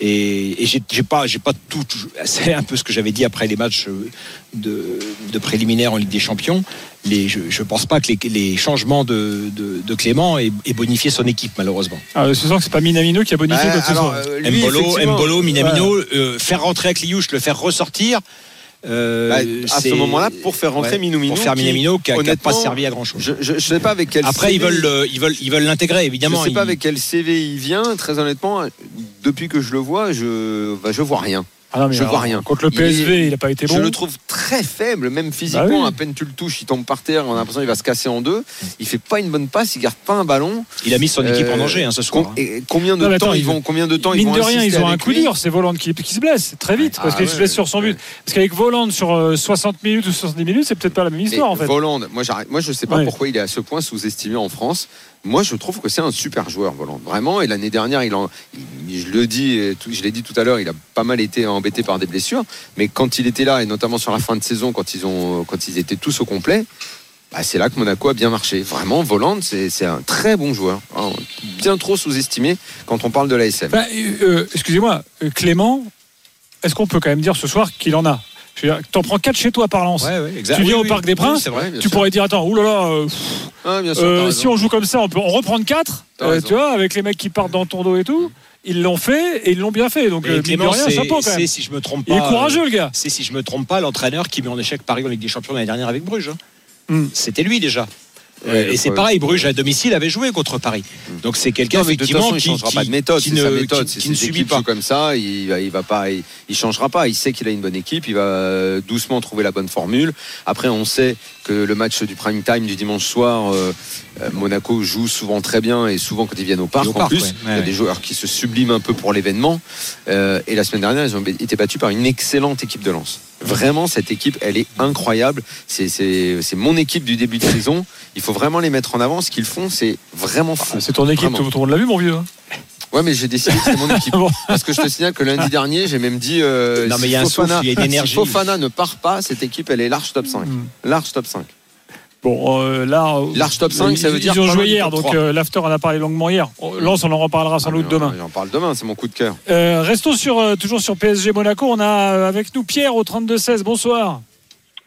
[SPEAKER 6] Et, et j'ai j'ai pas, j'ai pas tout. tout- C'est un peu ce que j'avais dit après les matchs euh, de, de préliminaires en Ligue des Champions. Les, je, je pense pas que les, les changements de, de, de Clément aient, aient bonifié son équipe, malheureusement.
[SPEAKER 3] Ah, ce sens que c'est pas Minamino qui a bonifié
[SPEAKER 5] bah,
[SPEAKER 3] quoi que ce
[SPEAKER 5] alors,
[SPEAKER 3] soit.
[SPEAKER 5] euh, lui,
[SPEAKER 6] Mbolo,
[SPEAKER 5] effectivement,
[SPEAKER 6] Mbolo, Minamino, euh, faire rentrer Akliouche, le faire ressortir. euh,
[SPEAKER 5] Bah, à
[SPEAKER 6] c'est-
[SPEAKER 5] ce moment-là, pour faire rentrer
[SPEAKER 6] ouais,
[SPEAKER 5] Minamino,
[SPEAKER 6] pour faire
[SPEAKER 5] qui,
[SPEAKER 6] Minamino, qui n'a
[SPEAKER 5] honnêtement,
[SPEAKER 6] pas servi à grand chose.
[SPEAKER 5] Je ne sais pas avec quel.
[SPEAKER 6] Après,
[SPEAKER 5] CV,
[SPEAKER 6] ils veulent, le- ils veulent, ils veulent l'intégrer,
[SPEAKER 5] Je
[SPEAKER 6] évidemment.
[SPEAKER 5] sais pas
[SPEAKER 6] Ils-
[SPEAKER 5] avec quel CV il vient. Très honnêtement, depuis que je le vois, je bah, je vois rien.
[SPEAKER 3] Ah non, mais
[SPEAKER 5] je vois rien.
[SPEAKER 3] Contre le
[SPEAKER 5] Il
[SPEAKER 3] PSV,
[SPEAKER 5] est-
[SPEAKER 3] il n'a pas été
[SPEAKER 5] je
[SPEAKER 3] bon.
[SPEAKER 5] le trouve très faible, même physiquement.
[SPEAKER 3] Bah oui.
[SPEAKER 5] À peine tu le touches, il tombe par terre. On a l'impression qu'il va se casser en deux. Il fait pas une bonne passe. Il garde pas un ballon.
[SPEAKER 6] Il a mis son équipe
[SPEAKER 5] Euh,
[SPEAKER 6] en danger hein, ce soir.
[SPEAKER 5] Com-
[SPEAKER 6] hein.
[SPEAKER 5] et combien de
[SPEAKER 3] Non, mais
[SPEAKER 5] temps
[SPEAKER 3] attends,
[SPEAKER 5] ils
[SPEAKER 3] il-
[SPEAKER 5] vont Combien de temps ils
[SPEAKER 3] Mine
[SPEAKER 5] vont
[SPEAKER 3] de rien,
[SPEAKER 5] insister
[SPEAKER 3] ils ont un
[SPEAKER 5] avec
[SPEAKER 3] coup
[SPEAKER 5] lui
[SPEAKER 3] dur. C'est Voland qui, qui se blesse très vite parce
[SPEAKER 5] Ah
[SPEAKER 3] qu'il
[SPEAKER 5] ouais,
[SPEAKER 3] se blesse sur son but. Parce qu'avec Voland sur euh, 60 minutes ou 70 minutes, c'est peut-être pas la même
[SPEAKER 5] Mais
[SPEAKER 3] histoire en fait.
[SPEAKER 5] Voland, moi, j'arrête- moi je ne sais pas
[SPEAKER 3] Ouais.
[SPEAKER 5] pourquoi il est à ce point sous-estimé en France. Moi je trouve que c'est un super joueur, Voland. Vraiment, et l'année dernière, il en, il- je le dis, et tout- je l'ai dit tout à l'heure, il a pas mal été embêté par des blessures. Mais quand il était là, et notamment sur la fin de saison, quand ils, ont, quand ils étaient tous au complet, bah, c'est là que Monaco a bien marché. Vraiment, Voland, c'est c'est un très bon joueur. Hein, bien trop sous-estimé quand on parle de l'ASM.
[SPEAKER 3] Bah, euh, euh, Excusez-moi, euh, Clément, est-ce qu'on peut quand même dire ce soir qu'il en a Je veux dire, T'en prends 4 chez toi par lance.
[SPEAKER 6] Ouais, ouais, exact.
[SPEAKER 3] Tu viens
[SPEAKER 6] Oui,
[SPEAKER 3] au
[SPEAKER 6] oui,
[SPEAKER 3] Parc des
[SPEAKER 6] oui,
[SPEAKER 3] Princes,
[SPEAKER 6] c'est vrai.
[SPEAKER 3] Tu pourrais dire, attends, oulala, euh, euh, si on joue comme ça, on peut en reprendre 4,
[SPEAKER 5] T'as raison.
[SPEAKER 3] tu vois, avec les mecs qui partent dans ton dos et tout. Ils l'ont fait et ils l'ont bien fait. Donc,
[SPEAKER 6] Mais
[SPEAKER 3] euh, mine de
[SPEAKER 6] Clément,
[SPEAKER 3] rien,
[SPEAKER 6] c'est,
[SPEAKER 3] chapeau quand
[SPEAKER 6] c'est,
[SPEAKER 3] même.
[SPEAKER 6] si je me trompe pas.
[SPEAKER 3] Il est courageux, le gars.
[SPEAKER 6] euh, C'est si je me trompe pas l'entraîneur qui met en échec Paris en Ligue des Champions l'année dernière avec Bruges. hein.
[SPEAKER 3] Hmm.
[SPEAKER 6] C'était lui déjà.
[SPEAKER 5] Ouais,
[SPEAKER 6] Euh,
[SPEAKER 5] le
[SPEAKER 6] et c'est
[SPEAKER 5] problème,
[SPEAKER 6] pareil,
[SPEAKER 5] c'est-
[SPEAKER 6] Bruges à domicile avait joué contre Paris. Donc c'est quelqu'un
[SPEAKER 5] Non, mais de toute
[SPEAKER 6] effectivement
[SPEAKER 5] façon, il
[SPEAKER 6] qui,
[SPEAKER 5] changera
[SPEAKER 6] qui-
[SPEAKER 5] pas de méthode.
[SPEAKER 6] qui
[SPEAKER 5] c'est
[SPEAKER 6] ne,
[SPEAKER 5] sa méthode.
[SPEAKER 6] qui-
[SPEAKER 5] c'est
[SPEAKER 6] qui ne
[SPEAKER 5] ses
[SPEAKER 6] subit
[SPEAKER 5] équipes
[SPEAKER 6] pas.
[SPEAKER 5] sont comme ça. Il, va- il va pas, il, il changera pas. Il sait qu'il a une bonne équipe. Il va euh, doucement trouver la bonne formule. Après, on sait que le match du prime time du dimanche soir, euh, euh, Monaco joue souvent très bien et souvent quand ils viennent au parc.
[SPEAKER 6] Au
[SPEAKER 5] en
[SPEAKER 6] parc,
[SPEAKER 5] plus,
[SPEAKER 6] ouais.
[SPEAKER 5] il y a
[SPEAKER 6] Ouais,
[SPEAKER 5] des
[SPEAKER 6] ouais.
[SPEAKER 5] joueurs qui se subliment un peu pour l'événement. Euh, et la semaine dernière, ils ont été battus par une excellente équipe de Lens. Vraiment, cette équipe, elle est incroyable. C'est- C'est c'est mon équipe du début de saison. Il faut vraiment les mettre en avant. Ce qu'ils font, c'est vraiment fou.
[SPEAKER 3] Ah, C'est ton équipe,
[SPEAKER 5] Vraiment.
[SPEAKER 3] tout tout le monde l'a vu, mon vieux. hein.
[SPEAKER 5] Ouais, mais j'ai décidé que c'était mon équipe.
[SPEAKER 3] Bon.
[SPEAKER 5] Parce que je te signale que lundi dernier, j'ai même dit. euh,
[SPEAKER 6] Non, mais
[SPEAKER 5] si
[SPEAKER 6] il y a un
[SPEAKER 5] Fofana-
[SPEAKER 6] souffle, il y a une
[SPEAKER 5] si
[SPEAKER 6] énergie. Hmm.
[SPEAKER 5] Fofana ne part pas, cette équipe, elle est large top 5.
[SPEAKER 3] Mm.
[SPEAKER 5] Large top 5.
[SPEAKER 3] Bon, euh, là. euh,
[SPEAKER 5] Large top 5,
[SPEAKER 3] ils-
[SPEAKER 5] ça veut dire
[SPEAKER 3] Ils ont
[SPEAKER 5] pas loin
[SPEAKER 3] joué
[SPEAKER 5] du
[SPEAKER 3] hier,
[SPEAKER 5] top
[SPEAKER 3] donc
[SPEAKER 5] 3.
[SPEAKER 3] euh, l'after en a parlé longuement hier. On- Lens, on en reparlera sans
[SPEAKER 5] Ah,
[SPEAKER 3] doute
[SPEAKER 5] mais
[SPEAKER 3] demain.
[SPEAKER 5] J'en parle demain, c'est mon coup de cœur.
[SPEAKER 3] Euh, restons sur, euh, toujours sur PSG Monaco. On a euh, avec nous Pierre au 32-16. Bonsoir.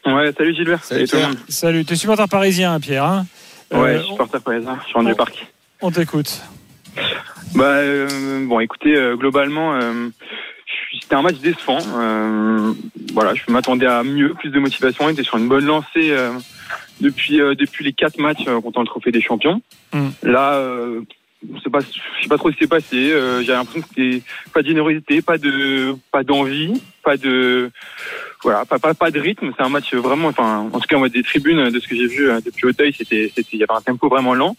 [SPEAKER 7] Ouais, salut Gilbert.
[SPEAKER 5] Salut,
[SPEAKER 7] tout le monde.
[SPEAKER 3] Salut. T'es supporter parisien, hein, Pierre. hein Euh,
[SPEAKER 7] Ouais, je suis
[SPEAKER 3] on-
[SPEAKER 7] supporter parisien, je suis rendu
[SPEAKER 3] on-
[SPEAKER 7] parc.
[SPEAKER 3] on t'écoute.
[SPEAKER 7] Bah, euh, bon, écoutez, euh, globalement, euh, je suis- c'était un match décevant. Euh, voilà, je m'attendais à mieux, plus de motivation. On était sur une bonne lancée euh, depuis, euh, depuis les quatre matchs euh, comptant le trophée des champions.
[SPEAKER 3] Mm.
[SPEAKER 7] Là, euh, on sait pas- je sais pas trop ce qui s'est passé. Euh, J'ai l'impression que c'était pas de générosité, pas de pas d'envie, pas de voilà, pas, pas, pas de rythme. C'est un match vraiment, enfin, en tout cas, moi, des tribunes de ce que j'ai vu euh, depuis Auteuil, c'était, c'était, il y avait un tempo vraiment lent.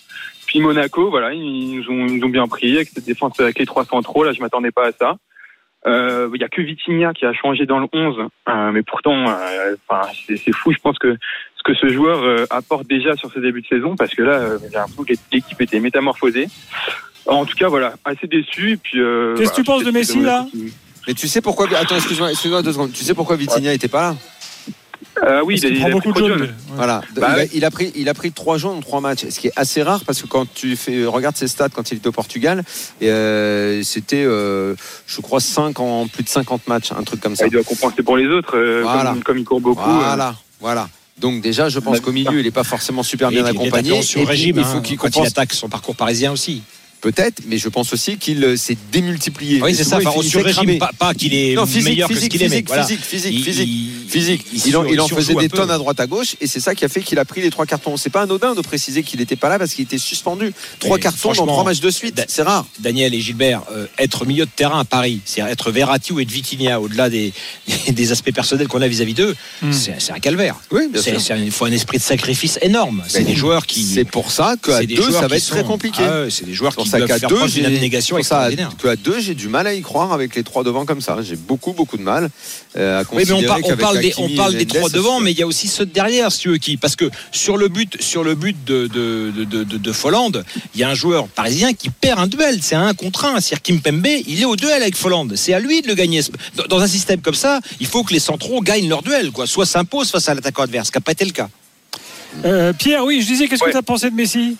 [SPEAKER 7] Puis Monaco, voilà, ils nous ont, ils nous ont bien pris avec cette défense avec les trois centraux. Là, je m'attendais pas à ça. Euh, Il y a que Vitinha qui a changé dans le 11, euh, mais pourtant, euh, enfin, c'est c'est fou. Je pense que ce que ce joueur euh, apporte déjà sur ce début de saison, parce que là, euh, j'ai l'impression que l'équipe était métamorphosée. En tout cas, voilà, assez déçu. Et puis, euh,
[SPEAKER 3] Qu'est-ce que tu
[SPEAKER 7] voilà,
[SPEAKER 3] penses de Messi, là
[SPEAKER 5] Mais tu sais pourquoi. Attends, excuse-moi, excuse-moi deux secondes. Tu sais pourquoi Vitinha était pas là
[SPEAKER 7] Euh, Oui,
[SPEAKER 3] Parce qu'il prend
[SPEAKER 7] a
[SPEAKER 3] beaucoup de
[SPEAKER 7] pris trop
[SPEAKER 3] jaunes.
[SPEAKER 5] Voilà.
[SPEAKER 7] Bah
[SPEAKER 5] il, a,
[SPEAKER 7] ouais.
[SPEAKER 5] il a pris, il a pris trois jaunes en trois matchs, ce qui est assez rare parce que quand tu fais, regardes ses stats quand il était au Portugal, et, euh, c'était, euh, je crois, 5 en plus de 50 matchs, un truc comme ça.
[SPEAKER 7] Bah, Il doit compenser pour les autres, euh,
[SPEAKER 5] Voilà.
[SPEAKER 7] comme, comme il court beaucoup. euh,
[SPEAKER 5] Voilà, voilà. Donc déjà, je pense
[SPEAKER 7] Bah,
[SPEAKER 5] qu'au milieu, il n'est pas forcément super
[SPEAKER 6] Et
[SPEAKER 5] bien
[SPEAKER 6] puis, il est
[SPEAKER 5] accompagné.
[SPEAKER 6] d'accord sur
[SPEAKER 5] Et
[SPEAKER 6] le
[SPEAKER 5] puis,
[SPEAKER 6] régime,
[SPEAKER 5] il faut
[SPEAKER 6] hein,
[SPEAKER 5] qu'il
[SPEAKER 6] quand il
[SPEAKER 5] compense
[SPEAKER 6] attaque son parcours parisien aussi.
[SPEAKER 5] peut-être, mais je pense aussi qu'il euh, s'est démultiplié.
[SPEAKER 6] Oui,
[SPEAKER 5] Et
[SPEAKER 6] c'est
[SPEAKER 5] souvent,
[SPEAKER 6] ça.
[SPEAKER 5] il
[SPEAKER 6] Enfin, on
[SPEAKER 5] finissait cramé.
[SPEAKER 6] surrégime pas, pas qu'il est
[SPEAKER 5] Non, physique,
[SPEAKER 6] meilleur
[SPEAKER 5] physique,
[SPEAKER 6] que ce qu'il est, mais
[SPEAKER 5] physique,
[SPEAKER 6] voilà.
[SPEAKER 5] physique, physique,
[SPEAKER 6] Il-
[SPEAKER 5] physique.
[SPEAKER 6] il-
[SPEAKER 5] physique. Il, en,
[SPEAKER 6] sur-
[SPEAKER 5] il en
[SPEAKER 6] surjoue
[SPEAKER 5] faisait
[SPEAKER 6] un
[SPEAKER 5] des
[SPEAKER 6] peu.
[SPEAKER 5] tonnes à droite à gauche et c'est ça qui a fait qu'il a pris les trois cartons. C'est pas anodin de préciser qu'il n'était pas là parce qu'il était suspendu. Trois
[SPEAKER 6] Et
[SPEAKER 5] cartons dans
[SPEAKER 6] franchement,
[SPEAKER 5] trois matchs de suite,
[SPEAKER 6] da-
[SPEAKER 5] c'est rare.
[SPEAKER 6] Daniel et Gilbert, euh, être milieu de terrain à Paris, c'est-à-dire être Verratti ou être Vitinha, au-delà des, des aspects personnels qu'on a vis-à-vis d'eux,
[SPEAKER 3] Hmm.
[SPEAKER 6] c'est c'est un calvaire.
[SPEAKER 5] Oui, bien
[SPEAKER 6] C'est
[SPEAKER 5] sûr.
[SPEAKER 6] c'est un- il faut un esprit de sacrifice énorme. C'est
[SPEAKER 5] Ben,
[SPEAKER 6] des joueurs qui.
[SPEAKER 5] C'est pour ça qu'à
[SPEAKER 6] c'est des
[SPEAKER 5] deux,
[SPEAKER 6] joueurs
[SPEAKER 5] ça va
[SPEAKER 6] qui
[SPEAKER 5] être très
[SPEAKER 6] sont-
[SPEAKER 5] compliqué.
[SPEAKER 6] Ah ouais, c'est des joueurs
[SPEAKER 5] C'est pour
[SPEAKER 6] qui
[SPEAKER 5] ça
[SPEAKER 6] doivent
[SPEAKER 5] qu'à
[SPEAKER 6] faire
[SPEAKER 5] deux,
[SPEAKER 6] preuve d'une
[SPEAKER 5] j'ai
[SPEAKER 6] abnégation
[SPEAKER 5] pour ça,
[SPEAKER 6] extraordinaire.
[SPEAKER 5] qu'à deux, j'ai du mal à y croire avec les trois devant comme ça. J'ai beaucoup, beaucoup de mal euh, à
[SPEAKER 6] Oui, mais
[SPEAKER 5] considérer
[SPEAKER 6] on, par- on
[SPEAKER 5] qu'avec
[SPEAKER 6] parle des, on
[SPEAKER 5] Hakimi et
[SPEAKER 6] parle des
[SPEAKER 5] Mendes,
[SPEAKER 6] trois
[SPEAKER 5] ça
[SPEAKER 6] devant,
[SPEAKER 5] se-
[SPEAKER 6] mais il y a aussi ceux de derrière, si tu veux, qui, parce que sur le but, sur le but de, de, de, de, de- de Folland, il y a un joueur parisien qui perd un duel. C'est un contre un. C'est-à-dire Kimpembe, il est au duel avec Folland. C'est à lui de le gagner. Dans, dans un système comme ça, il faut que les centraux gagnent leur duel, quoi. Soit s'imposent face à l'attaquant adverse, ce qui n'a pas été le cas.
[SPEAKER 3] Euh, Pierre, oui, je disais, qu'est-ce que
[SPEAKER 7] Ouais.
[SPEAKER 3] tu as pensé de Messi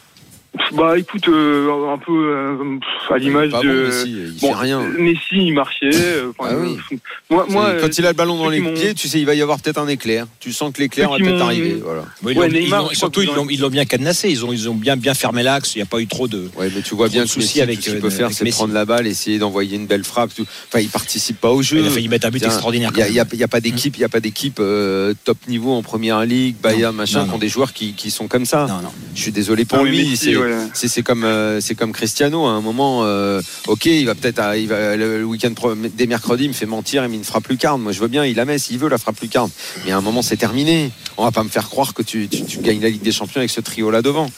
[SPEAKER 7] Bah écoute, euh, un peu euh, pff, à l'image
[SPEAKER 5] Pas bon,
[SPEAKER 7] de.
[SPEAKER 5] Messi, il
[SPEAKER 7] Bon,
[SPEAKER 5] fait rien.
[SPEAKER 7] Messi, il marchait. euh, enfin,
[SPEAKER 5] Ah oui.
[SPEAKER 7] euh, Moi, moi,
[SPEAKER 5] C'est-
[SPEAKER 7] euh,
[SPEAKER 5] quand il a le ballon dans
[SPEAKER 7] ceux
[SPEAKER 5] les
[SPEAKER 7] qui m'ont-
[SPEAKER 5] pieds, tu sais, il va y avoir peut-être un éclair. Tu sens que l'éclair
[SPEAKER 7] Ceux
[SPEAKER 5] va
[SPEAKER 7] qui
[SPEAKER 5] peut-être
[SPEAKER 7] m'ont-
[SPEAKER 5] arriver. Voilà.
[SPEAKER 6] Mais ils
[SPEAKER 7] Ouais,
[SPEAKER 6] l'ont- ils
[SPEAKER 7] Neymar,
[SPEAKER 6] l'ont-
[SPEAKER 7] je crois
[SPEAKER 6] surtout,
[SPEAKER 7] qu'ils
[SPEAKER 6] ils l'ont-
[SPEAKER 7] ont-
[SPEAKER 6] ils l'ont bien cadenassé. Ils ont, ils ont bien, bien fermé l'axe. Il n'y a pas eu trop de.
[SPEAKER 5] Ouais, mais tu vois
[SPEAKER 6] Trop
[SPEAKER 5] bien
[SPEAKER 6] de
[SPEAKER 5] que
[SPEAKER 6] soucis
[SPEAKER 5] Messi,
[SPEAKER 6] avec,
[SPEAKER 5] tout ce
[SPEAKER 6] euh,
[SPEAKER 5] qu'il peut faire,
[SPEAKER 6] avec
[SPEAKER 5] c'est
[SPEAKER 6] Messi.
[SPEAKER 5] prendre la balle, essayer d'envoyer une belle frappe. tout. Enfin, il participe pas au jeu.
[SPEAKER 6] Il a failli mettre un but
[SPEAKER 5] Tiens,
[SPEAKER 6] extraordinaire.
[SPEAKER 5] Il n'y a,
[SPEAKER 6] quand
[SPEAKER 5] il y a-
[SPEAKER 6] même.
[SPEAKER 5] il y a pas d'équipe, il y a pas d'équipe euh, top niveau en première ligue, Bayern, machin,
[SPEAKER 6] non,
[SPEAKER 5] qui ont
[SPEAKER 6] non.
[SPEAKER 5] des joueurs qui, qui sont comme ça.
[SPEAKER 6] Non, non.
[SPEAKER 5] Je suis désolé pour
[SPEAKER 7] Non, mais
[SPEAKER 5] lui.
[SPEAKER 7] euh, ah, Messi,
[SPEAKER 5] c'est-
[SPEAKER 7] ouais.
[SPEAKER 5] c'est c'est comme euh, c'est comme Cristiano à un moment euh, ok il va peut-être à- il va- le, le week-end pro- dès mercredi il me fait mentir il me met une frappe lucarne moi je veux bien il la met s'il veut la frappe lucarne mais à un moment c'est terminé on va pas me faire croire que tu, tu- tu gagnes la Ligue des Champions avec ce trio là devant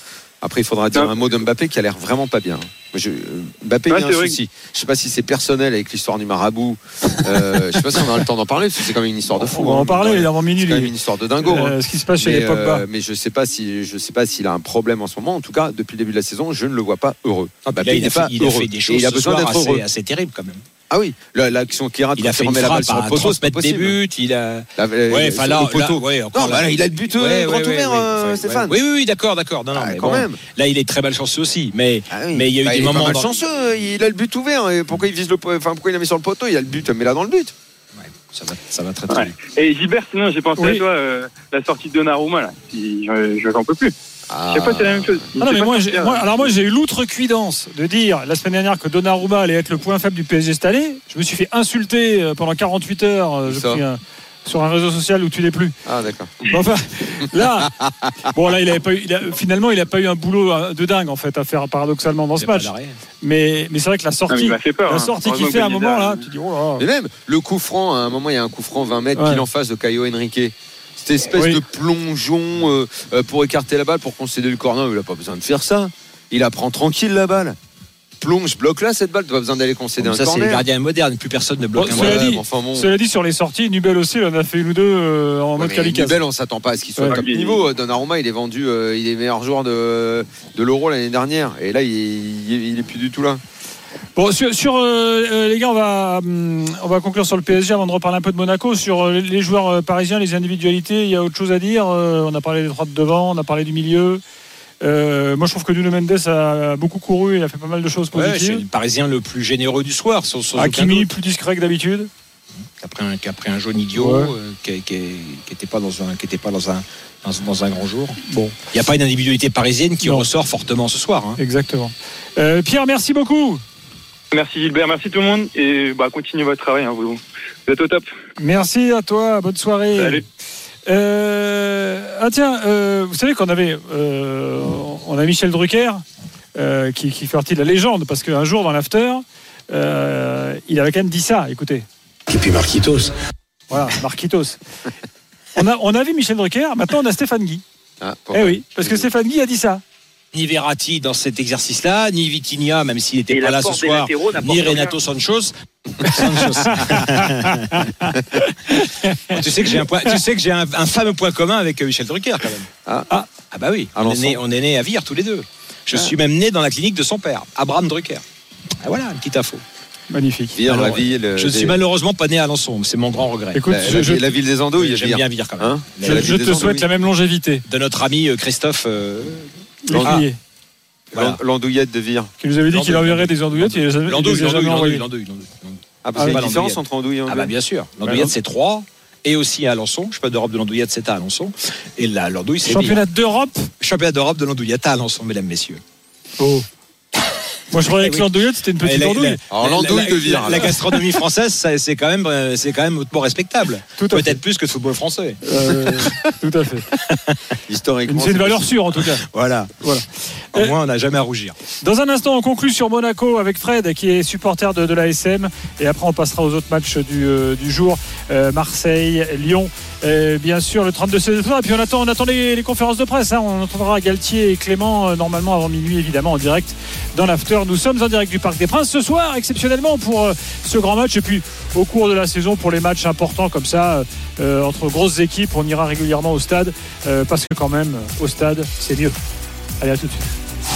[SPEAKER 5] après il faudra dire
[SPEAKER 7] Non.
[SPEAKER 5] un mot de Mbappé qui a l'air vraiment pas bien je, euh, Mbappé
[SPEAKER 7] Ouais,
[SPEAKER 5] il y a un
[SPEAKER 7] c'est vrai
[SPEAKER 5] souci je sais pas si c'est personnel avec l'histoire du marabout euh, je sais pas si on aura le temps d'en parler parce que c'est quand même une histoire de fou
[SPEAKER 3] On va
[SPEAKER 5] hein.
[SPEAKER 3] en parler dans mon
[SPEAKER 5] c'est
[SPEAKER 3] minute.
[SPEAKER 5] quand même une histoire de dingo hein.
[SPEAKER 3] Euh, ce qui se passe chez
[SPEAKER 5] Mais,
[SPEAKER 3] les Pogba.
[SPEAKER 5] euh, mais je sais pas si je sais pas s'il a un problème en ce moment. En tout cas, depuis le début de la saison, je ne le vois pas heureux. Mbappé,
[SPEAKER 6] Ah, Là, il,
[SPEAKER 5] n'est
[SPEAKER 6] a fait,
[SPEAKER 5] pas
[SPEAKER 6] il a
[SPEAKER 5] heureux.
[SPEAKER 6] fait des
[SPEAKER 5] Et
[SPEAKER 6] choses
[SPEAKER 5] il a
[SPEAKER 6] ce
[SPEAKER 5] besoin
[SPEAKER 6] soir
[SPEAKER 5] d'être
[SPEAKER 6] assez,
[SPEAKER 5] heureux.
[SPEAKER 6] assez terribles quand même.
[SPEAKER 5] Ah oui, la- l'action qui rate
[SPEAKER 6] Il
[SPEAKER 5] quand
[SPEAKER 6] a fait une
[SPEAKER 5] remet la balle
[SPEAKER 6] frappe
[SPEAKER 5] sur le
[SPEAKER 6] à
[SPEAKER 5] poteau,
[SPEAKER 6] 30
[SPEAKER 5] c'est pas
[SPEAKER 6] mètres des
[SPEAKER 5] possible.
[SPEAKER 6] buts. Il a,
[SPEAKER 5] La-
[SPEAKER 6] Ouais,
[SPEAKER 5] euh,
[SPEAKER 6] enfin
[SPEAKER 5] sur
[SPEAKER 6] là,
[SPEAKER 5] le poteau.
[SPEAKER 6] là, ouais, encore
[SPEAKER 5] Non,
[SPEAKER 6] là.
[SPEAKER 5] bah là, il a le but, euh, grand ouvert, euh,
[SPEAKER 6] ouais.
[SPEAKER 5] Stéphane.
[SPEAKER 6] Oui, oui, oui, d'accord, d'accord. Non, non,
[SPEAKER 5] Ah,
[SPEAKER 6] mais
[SPEAKER 5] quand
[SPEAKER 6] bon,
[SPEAKER 5] même.
[SPEAKER 6] Là, il est très malchanceux aussi, mais
[SPEAKER 5] Ah oui.
[SPEAKER 6] mais il y a eu
[SPEAKER 5] Bah,
[SPEAKER 6] des
[SPEAKER 5] est pas
[SPEAKER 6] moments. dans-
[SPEAKER 5] malchanceux, il a le but ouvert. Et pourquoi il vise le, po- enfin pourquoi il a mis sur le poteau Il a le but, mais là dans le but.
[SPEAKER 6] Ouais, ça va, ça va très très
[SPEAKER 7] Ouais.
[SPEAKER 6] bien.
[SPEAKER 7] Et Gilbert, sinon, j'ai pensé
[SPEAKER 3] Oui.
[SPEAKER 7] à toi, euh, la sortie de Donnarumma, là. Puis, euh, je n'en peux plus. Je sais pas si c'est la même chose.
[SPEAKER 3] Ah non,
[SPEAKER 7] Je sais
[SPEAKER 3] mais
[SPEAKER 7] pas
[SPEAKER 3] moi,
[SPEAKER 7] si
[SPEAKER 3] j'ai-
[SPEAKER 7] c'est-
[SPEAKER 3] moi- alors moi j'ai eu l'outrecuidance de dire la semaine dernière que Donnarumma allait être le point faible du PSG cette année. Je me suis fait insulter euh, pendant 48 heures euh,
[SPEAKER 5] Où
[SPEAKER 3] je
[SPEAKER 5] ça
[SPEAKER 3] prie, euh, sur un réseau social où tu n'es plus.
[SPEAKER 5] Ah d'accord.
[SPEAKER 3] Bon, Enfin, là, bon là il avait pas eu, il a- finalement il n'a pas eu un boulot euh, de dingue en fait à faire paradoxalement dans
[SPEAKER 6] Il y
[SPEAKER 3] ce
[SPEAKER 6] a pas
[SPEAKER 3] match.
[SPEAKER 6] d'arrêt.
[SPEAKER 3] Mais, mais c'est vrai que la
[SPEAKER 7] Ah, mais
[SPEAKER 3] sortie,
[SPEAKER 7] il m'a fait peur.
[SPEAKER 3] la
[SPEAKER 7] hein.
[SPEAKER 3] sortie qu'il
[SPEAKER 7] Heureusement
[SPEAKER 3] fait à un
[SPEAKER 7] que
[SPEAKER 3] moment
[SPEAKER 7] Benitez a-
[SPEAKER 3] là, tu dis oh là.
[SPEAKER 5] Mais même le coup franc, à un moment, il y a un coup franc 20 mètres
[SPEAKER 3] Ouais.
[SPEAKER 5] pile en face de Caio Henrique. Cette espèce
[SPEAKER 3] Oui.
[SPEAKER 5] de plongeon euh, euh, pour écarter la balle, pour concéder le corner, il n'a pas besoin de faire ça. Il la prend tranquille la balle. Plonge, bloque là cette balle, tu pas besoin d'aller concéder
[SPEAKER 6] Comme
[SPEAKER 5] un
[SPEAKER 6] ça, c'est les
[SPEAKER 5] corner.
[SPEAKER 6] gardiens modernes. Plus personne ne bloque
[SPEAKER 3] Bon,
[SPEAKER 6] un
[SPEAKER 3] cela
[SPEAKER 6] ballon.
[SPEAKER 3] dit-
[SPEAKER 5] mais enfin bon.
[SPEAKER 3] Cela dit sur les sorties, Nubel aussi, il en a fait une ou deux euh, en
[SPEAKER 5] Ouais,
[SPEAKER 3] mode
[SPEAKER 5] mais
[SPEAKER 3] calicase.
[SPEAKER 5] Nubel, on s'attend pas à ce qu'il soit
[SPEAKER 3] Ouais.
[SPEAKER 5] au top
[SPEAKER 7] Il-
[SPEAKER 5] niveau. Donnarumma, il est vendu, euh, il est meilleur joueur de, de l'Euro l'année dernière. Et là, il, il, il est plus du tout là.
[SPEAKER 3] Bon, sur, sur, euh, euh, les gars, on va, hum, on va conclure sur le PSG avant de reparler un peu de Monaco. Sur euh, les joueurs euh, parisiens, les individualités, il y a autre chose à dire. Euh, on a parlé des trois de devant, on a parlé du milieu. Euh, moi, je trouve que Nuno Mendes a beaucoup couru et a fait pas mal de choses
[SPEAKER 6] Ouais, c'est
[SPEAKER 3] positives.
[SPEAKER 6] le Parisien le plus généreux du soir, sans, sans aucun
[SPEAKER 3] Hakimi,
[SPEAKER 6] doute.
[SPEAKER 3] plus discret que d'habitude.
[SPEAKER 6] Après un, après un jaune idiot,
[SPEAKER 3] Ouais.
[SPEAKER 6] euh, qui n'était pas dans un, qui était pas dans un, dans, dans un grand jour. Bon, il n'y a pas une individualité parisienne qui
[SPEAKER 3] Non.
[SPEAKER 6] ressort fortement ce soir. hein.
[SPEAKER 3] Exactement. Euh, Pierre, merci beaucoup.
[SPEAKER 7] Merci Gilbert, merci tout le monde et bah, continuez votre travail. hein, vous, vous êtes au top.
[SPEAKER 3] Merci à toi, bonne soirée.
[SPEAKER 7] Salut.
[SPEAKER 3] Euh, ah tiens, euh, vous savez qu'on avait, euh, on a Michel Drucker euh, qui, qui fait partie de la légende parce qu'un jour dans l'after, euh, il avait quand même dit ça. Écoutez,
[SPEAKER 8] Et puis Marquitos.
[SPEAKER 3] voilà, Marquitos. on a, on a vu Michel Drucker. Maintenant, on a Stéphane Guy.
[SPEAKER 5] Ah,
[SPEAKER 3] Eh oui, parce que Stéphane Guy a dit ça.
[SPEAKER 6] Ni Verratti dans cet exercice-là, ni Vitinha, même s'il
[SPEAKER 4] Et
[SPEAKER 6] n'était pas là ce
[SPEAKER 4] l'apport des
[SPEAKER 6] soir,
[SPEAKER 4] latéraux n'apporte
[SPEAKER 6] ni
[SPEAKER 4] rien.
[SPEAKER 6] Renato Sancho. Sancho. tu sais que j'ai un, point- tu sais que j'ai un, un fameux point commun avec euh, Michel Drucker quand même.
[SPEAKER 5] Ah.
[SPEAKER 6] ah, ah bah oui, on est,
[SPEAKER 5] Alençon.
[SPEAKER 6] né, on est né à Vire tous les deux. Je suis même né dans la clinique de son père, Abraham Drucker. Ah voilà, une petite info.
[SPEAKER 3] Magnifique.
[SPEAKER 5] Vire, la
[SPEAKER 6] Alors,
[SPEAKER 5] ville.
[SPEAKER 6] Je ne
[SPEAKER 5] Euh, des-
[SPEAKER 6] suis malheureusement pas né à Alençon, c'est mon grand regret.
[SPEAKER 3] Écoute,
[SPEAKER 5] la, la
[SPEAKER 3] je, je-
[SPEAKER 5] ville- la ville des Andouilles.
[SPEAKER 6] J'aime
[SPEAKER 5] Vire.
[SPEAKER 6] bien Vire quand même.
[SPEAKER 5] Hein
[SPEAKER 3] je-
[SPEAKER 5] La
[SPEAKER 3] je
[SPEAKER 5] ville des
[SPEAKER 3] te souhaite
[SPEAKER 5] Andouilles.
[SPEAKER 3] la même longévité.
[SPEAKER 6] De notre ami euh, Christophe. euh,
[SPEAKER 3] Lévrier,
[SPEAKER 6] voilà.
[SPEAKER 5] L'an- L'andouillette de Vire.
[SPEAKER 3] qui nous avait dit qu'il
[SPEAKER 6] L'andouille,
[SPEAKER 3] enverrait des andouillettes, il les a jamais- il
[SPEAKER 6] L'andouille,
[SPEAKER 3] les a
[SPEAKER 6] l'andouille,
[SPEAKER 3] jamais
[SPEAKER 6] l'andouille,
[SPEAKER 3] envoyées.
[SPEAKER 6] l'andouille, l'andouille, l'andouille.
[SPEAKER 5] Ah, parce qu'il y a
[SPEAKER 6] Ah,
[SPEAKER 5] une
[SPEAKER 6] bah,
[SPEAKER 5] différence
[SPEAKER 6] l'andouillette.
[SPEAKER 5] entre andouille et
[SPEAKER 6] Ah bah
[SPEAKER 5] andouille.
[SPEAKER 6] bien sûr,
[SPEAKER 3] Bah non.
[SPEAKER 6] l'andouillette c'est 3 et aussi à Alençon, je pas d'Europe de l'andouillette c'est à Alençon et la- l'andouille c'est Vire.
[SPEAKER 3] Championnat d'Europe.
[SPEAKER 6] championnat d'Europe de l'andouillette à Alençon mesdames messieurs.
[SPEAKER 3] Moi, Oh. je croyais
[SPEAKER 6] Eh
[SPEAKER 3] que
[SPEAKER 6] oui.
[SPEAKER 3] l'andouillette, c'était une
[SPEAKER 6] Et
[SPEAKER 3] petite
[SPEAKER 6] la-
[SPEAKER 3] andouille.
[SPEAKER 6] la-
[SPEAKER 5] Alors,
[SPEAKER 6] la-
[SPEAKER 5] l'andouille
[SPEAKER 6] la-
[SPEAKER 5] de Vire,
[SPEAKER 6] la-
[SPEAKER 5] là.
[SPEAKER 6] La gastronomie française ça, c'est quand même euh, c'est quand même hautement respectable.
[SPEAKER 3] Tout à fait.
[SPEAKER 6] Peut-être plus que le football français.
[SPEAKER 3] Euh, tout à fait.
[SPEAKER 5] Historiquement.
[SPEAKER 3] C'est une valeur sûre, en tout cas.
[SPEAKER 6] Voilà.
[SPEAKER 3] Voilà.
[SPEAKER 6] Au moins on n'a jamais à rougir.
[SPEAKER 3] Dans un instant, on conclut sur Monaco avec Fred, qui est supporter de, de l'ASM. Et après, on passera aux autres matchs du, euh, du jour. Euh, Marseille, Lyon, euh, bien sûr, le 32 septembre. Et puis, on attend, on attend les, les conférences de presse. hein. On entendra Galtier et Clément, euh, normalement, avant minuit, évidemment, en direct dans l'after. Nous sommes en direct du Parc des Princes ce soir, exceptionnellement, pour euh, ce grand match. Et puis, au cours de la saison, pour les matchs importants comme ça, euh, euh, entre grosses équipes, on ira régulièrement au stade. euh, parce que, quand même, au stade, c'est mieux. Allez, à tout de suite.